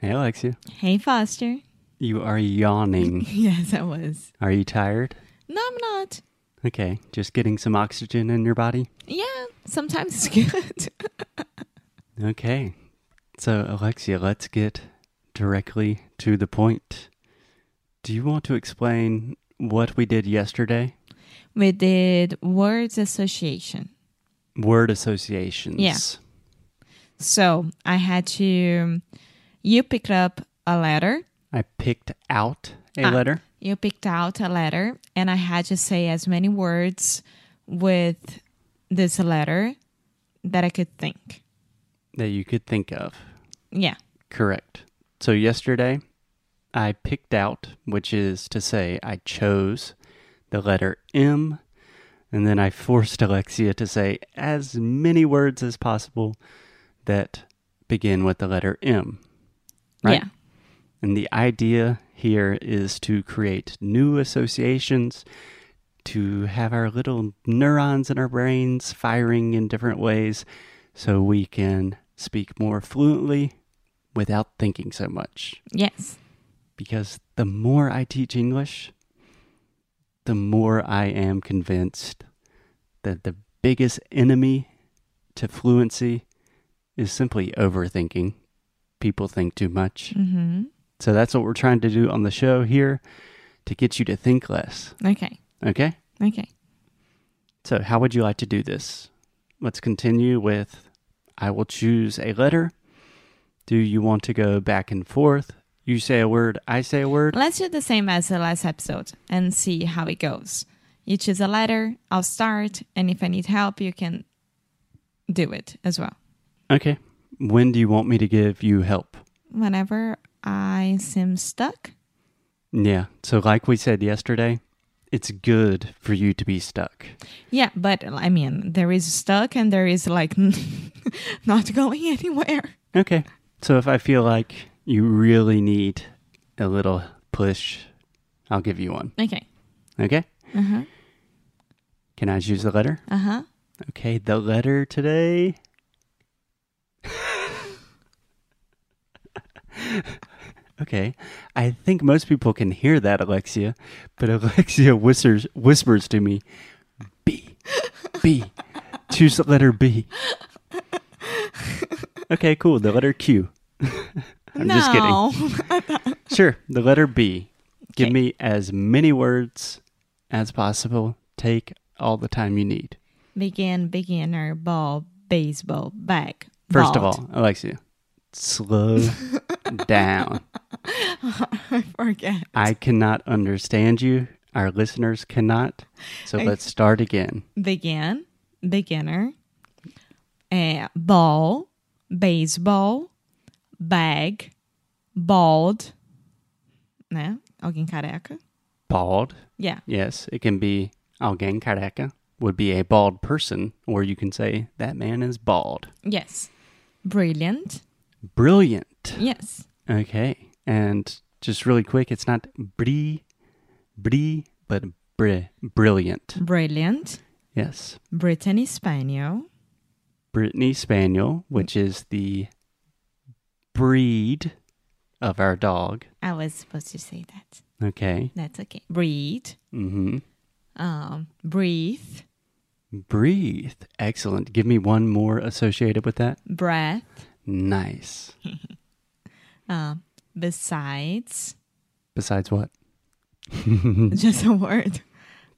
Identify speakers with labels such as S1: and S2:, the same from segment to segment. S1: Hey, Alexia.
S2: Hey, Foster.
S1: You are yawning.
S2: Yes, I was.
S1: Are you tired?
S2: No, I'm not.
S1: Okay, just getting some oxygen in your body?
S2: Yeah, sometimes it's good.
S1: Okay. So, Alexia, let's get directly to the point. Do you want to explain what we did yesterday?
S2: we did words association.
S1: Word associations.
S2: Yeah. So I had to, um, you picked up a letter,
S1: I picked out a
S2: Ah.
S1: letter.
S2: you picked out a letter, and I had to say as many words with this letter that I could think.
S1: that you could think of.
S2: Yeah.
S1: Correct. So yesterday, I picked out, which is to say, I chose the letter M, and then I forced Alexia to say as many words as possible that begin with the letter M. Right.
S2: Yeah.
S1: And the idea here is to create new associations, to have our little neurons in our brains firing in different ways so we can speak more fluently without thinking so much.
S2: Yes.
S1: Because the more I teach English, the more I am convinced that the biggest enemy to fluency is simply overthinking. People think too much.
S2: Mm-hmm.
S1: So that's what we're trying to do on the show here to get you to think less.
S2: Okay.
S1: Okay?
S2: Okay.
S1: So, how would you like to do this? Let's continue with I will choose a letter. Do you want to go back and forth? You say a word, I say a word.
S2: Let's do the same as the last episode and see how it goes. You choose a letter, I'll start, and if I need help, you can do it as well.
S1: Okay. When do you want me to give you help?
S2: Whenever I seem stuck,
S1: Yeah. So, like we said yesterday, it's good for you to be stuck.
S2: yeah, but I mean, there is stuck and there is like not going anywhere.
S1: Okay. So, if I feel like you really need a little push, I'll give you one.
S2: Okay.
S1: Okay?
S2: Uh huh.
S1: Can I choose the letter?
S2: Uh huh.
S1: Okay, the letter today. okay, I think most people can hear that, Alexia, but Alexia whispers whispers to me, B, B, choose the letter B. Okay, cool. The letter Q. I'm just kidding. Sure, the letter B. Give
S2: Okay.
S1: me as many words as possible. Take all the time you need.
S2: Begin, beginner, ball, baseball, bag.
S1: First of
S2: bald.
S1: all, Alexia, slow down.
S2: I forget.
S1: I cannot understand you. Our listeners cannot. So
S2: I-
S1: let's start again.
S2: begin, beginner, uh, ball, baseball, bag, bald, né? Alguém careca?
S1: Bald.
S2: Yeah.
S1: Yes, it can be Algan Karaka, would be a bald person, or you can say that man is bald.
S2: Yes. Brilliant.
S1: Brilliant.
S2: Yes.
S1: Okay. And just really quick, it's not bri, bri, but bri, brilliant.
S2: Brilliant.
S1: Yes.
S2: Brittany Spaniel.
S1: Brittany Spaniel, which is the breed of our dog.
S2: I was supposed to say that.
S1: Okay.
S2: That's okay. Breathe.
S1: Mm-hmm.
S2: Um, breathe.
S1: Breathe. Excellent. Give me one more associated with that.
S2: Breath.
S1: Nice.
S2: Um, besides.
S1: Besides what?
S2: Just a word.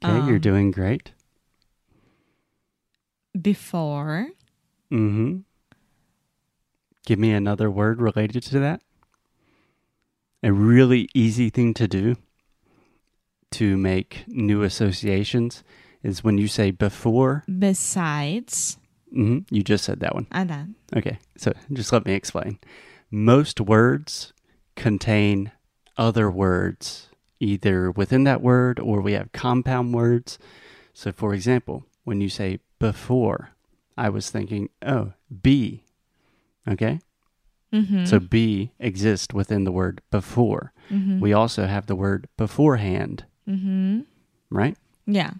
S1: Okay,
S2: Um,
S1: you're doing great.
S2: Before.
S1: Mm-hmm. Give me another word related to that. A really easy thing to do to make new associations is when you say before.
S2: Besides.
S1: hmm You just said that one.
S2: Ah, tá.
S1: Okay, so just let me explain. Most words contain other words, either within that word or we have compound words. So, for example, when you say before, I was thinking, oh, be. Okay,
S2: Mm-hmm.
S1: so be exists within the word before.
S2: mm-hmm.
S1: We also have the word beforehand,
S2: mm-hmm.
S1: right?
S2: Yeah.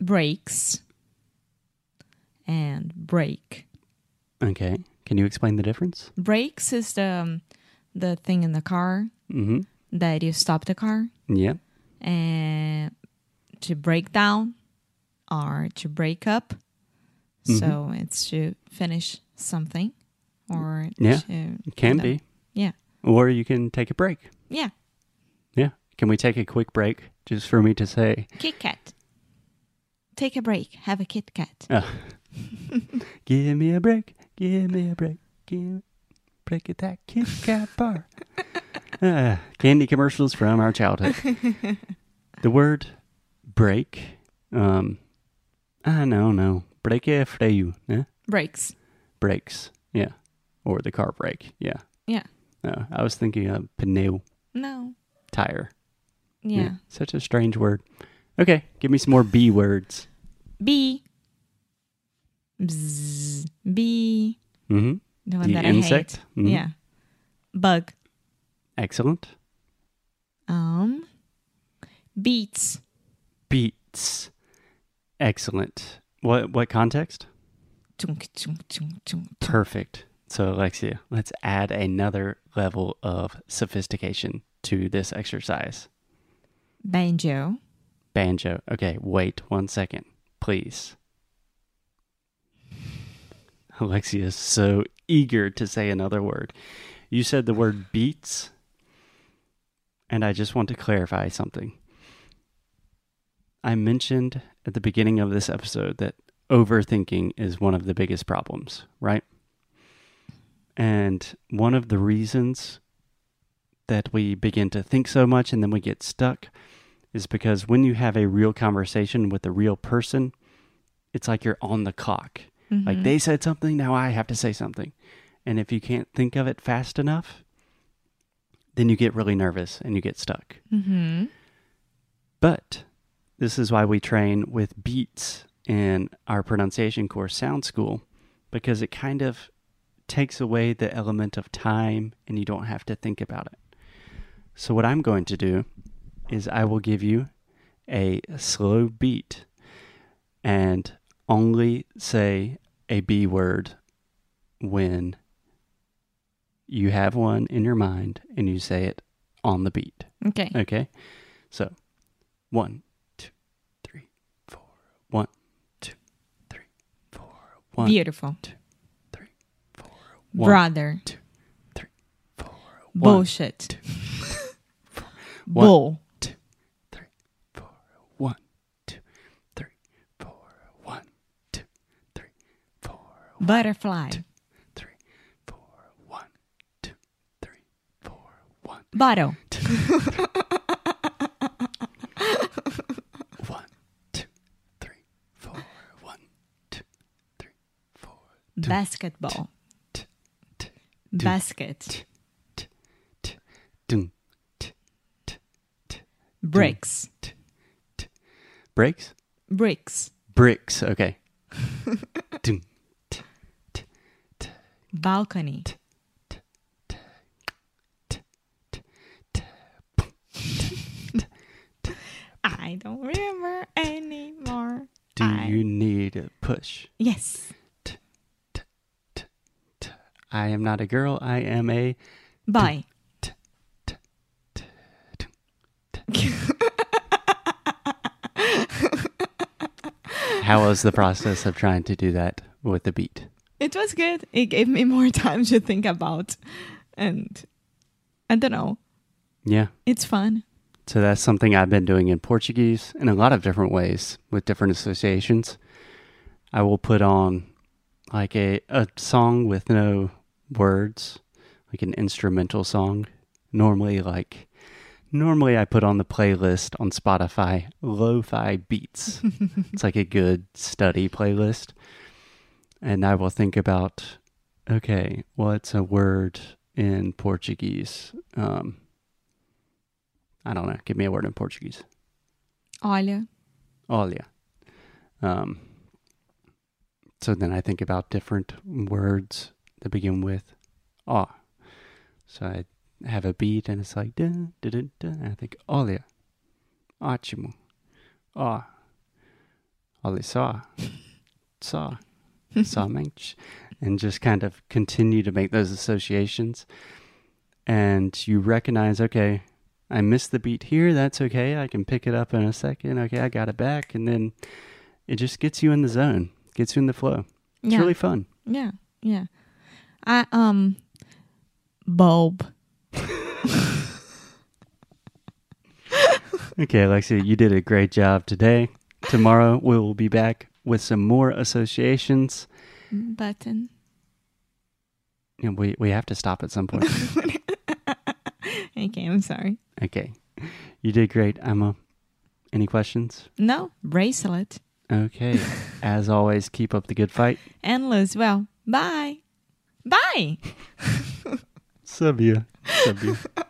S2: Breaks and break.
S1: Okay, can you explain the difference?
S2: Breaks is the um, the thing in the car
S1: hmm
S2: that you stop the car
S1: Yeah.
S2: and to break down or to break up. So
S1: Mm-hmm.
S2: it's to finish something or
S1: Yeah,
S2: to
S1: It can
S2: No.
S1: be.
S2: yeah
S1: Or you can take a break.
S2: yeah
S1: Yeah. Can we take a quick break just for me to say,
S2: Kit Kat. Take a break. Have a Kit Kat.
S1: uh, give me a break, give me a break, give break at that Kit Kat bar. Ah, candy commercials from our childhood. the word break, um, I don't know. Break after you, eh?
S2: Breaks.
S1: Brakes, yeah. Or the car brake, yeah.
S2: Yeah.
S1: No, I was thinking of pneu,
S2: No.
S1: tire.
S2: Yeah.
S1: Such a strange word. Okay, give me some more B words.
S2: Bee. Bzzz. Bee.
S1: hmm
S2: The one
S1: The
S2: that
S1: insect?
S2: I hate.
S1: Mhm.
S2: Yeah. Bug.
S1: Excellent.
S2: Um. Beats.
S1: Beats. Excellent. What what context?
S2: Tunk, tunk, tunk, tunk.
S1: Perfect. So Alexia, let's add another level of sophistication to this exercise.
S2: Banjo.
S1: Banjo. Okay, wait one second, please. Alexia is so eager to say another word. You said the word beats, and I just want to clarify something. I mentioned at the beginning of this episode that overthinking is one of the biggest problems, right? And one of the reasons that we begin to think so much and then we get stuck is because when you have a real conversation with a real person, it's like you're on the clock.
S2: Mm-hmm.
S1: Like they said something, now I have to say something. And if you can't think of it fast enough, then you get really nervous and you get stuck.
S2: Mm-hmm.
S1: But this is why we train with beats in our pronunciation course, Sound School, because it kind of takes away the element of time and you don't have to think about it. So, what I'm going to do is I will give you a slow beat and only say a B word when you have one in your mind and you say it on the beat.
S2: Okay.
S1: Okay. So one, two, three, four. One, two, three, four. One,
S2: Beautiful.
S1: three, four. One,
S2: Brother.
S1: two, three, four. One,
S2: Bullshit.
S1: two, one.
S2: Bull.
S1: three, four. One, two, three, four. One, two, three, four.
S2: Butterfly.
S1: Three, four. One, two, three, four. One,
S2: Bottle.
S1: one, two, three, four. One, two, three, four.
S2: Basketball.
S1: t- t-
S2: Basket.
S1: Dun.
S2: Bricks.
S1: Breaks.
S2: Bricks.
S1: Bricks. Okay. Dun.
S2: Balcony. I don't remember anymore.
S1: Do
S2: I-
S1: you need a push?
S2: Yes.
S1: I am not a girl. I am a.
S2: Bye.
S1: How was the process of trying to do that with a beat?
S2: It was good. It gave me more time to think about. And I don't know.
S1: Yeah.
S2: It's fun.
S1: So that's something I've been doing in Portuguese in a lot of different ways with different associations. I will put on like a, a song with no words, like an instrumental song. Normally like normally I put on the playlist on Spotify Lo-Fi Beats. it's like a good study playlist. And I will think about okay, what's a word in Portuguese? Um I don't know. Give me a word in Portuguese.
S2: Olha.
S1: Olha. Um, so then I think about different words that begin with ah. So I have a beat and it's like dun, dun, dun, dun, and I think olha. Ótimo. Ah. Olha só. Só. Somente. and just kind of continue to make those associations. and you recognize, okay, I missed the beat here. That's okay. I can pick it up in a second. Okay, I got it back. And then it just gets you in the zone, gets you in the flow. It's
S2: Yeah.
S1: really fun.
S2: Yeah, yeah. I um bulb.
S1: Okay, Alexia, you did a great job today. Tomorrow we will be back with some more associations.
S2: button.
S1: And we, we have to stop at some point.
S2: okay, I'm sorry.
S1: okay. You did great, Emma. Any questions?
S2: No, bracelet.
S1: Okay. As always, keep up the good fight.
S2: And lose well. Bye. Bye.
S1: Sub you. Sub you.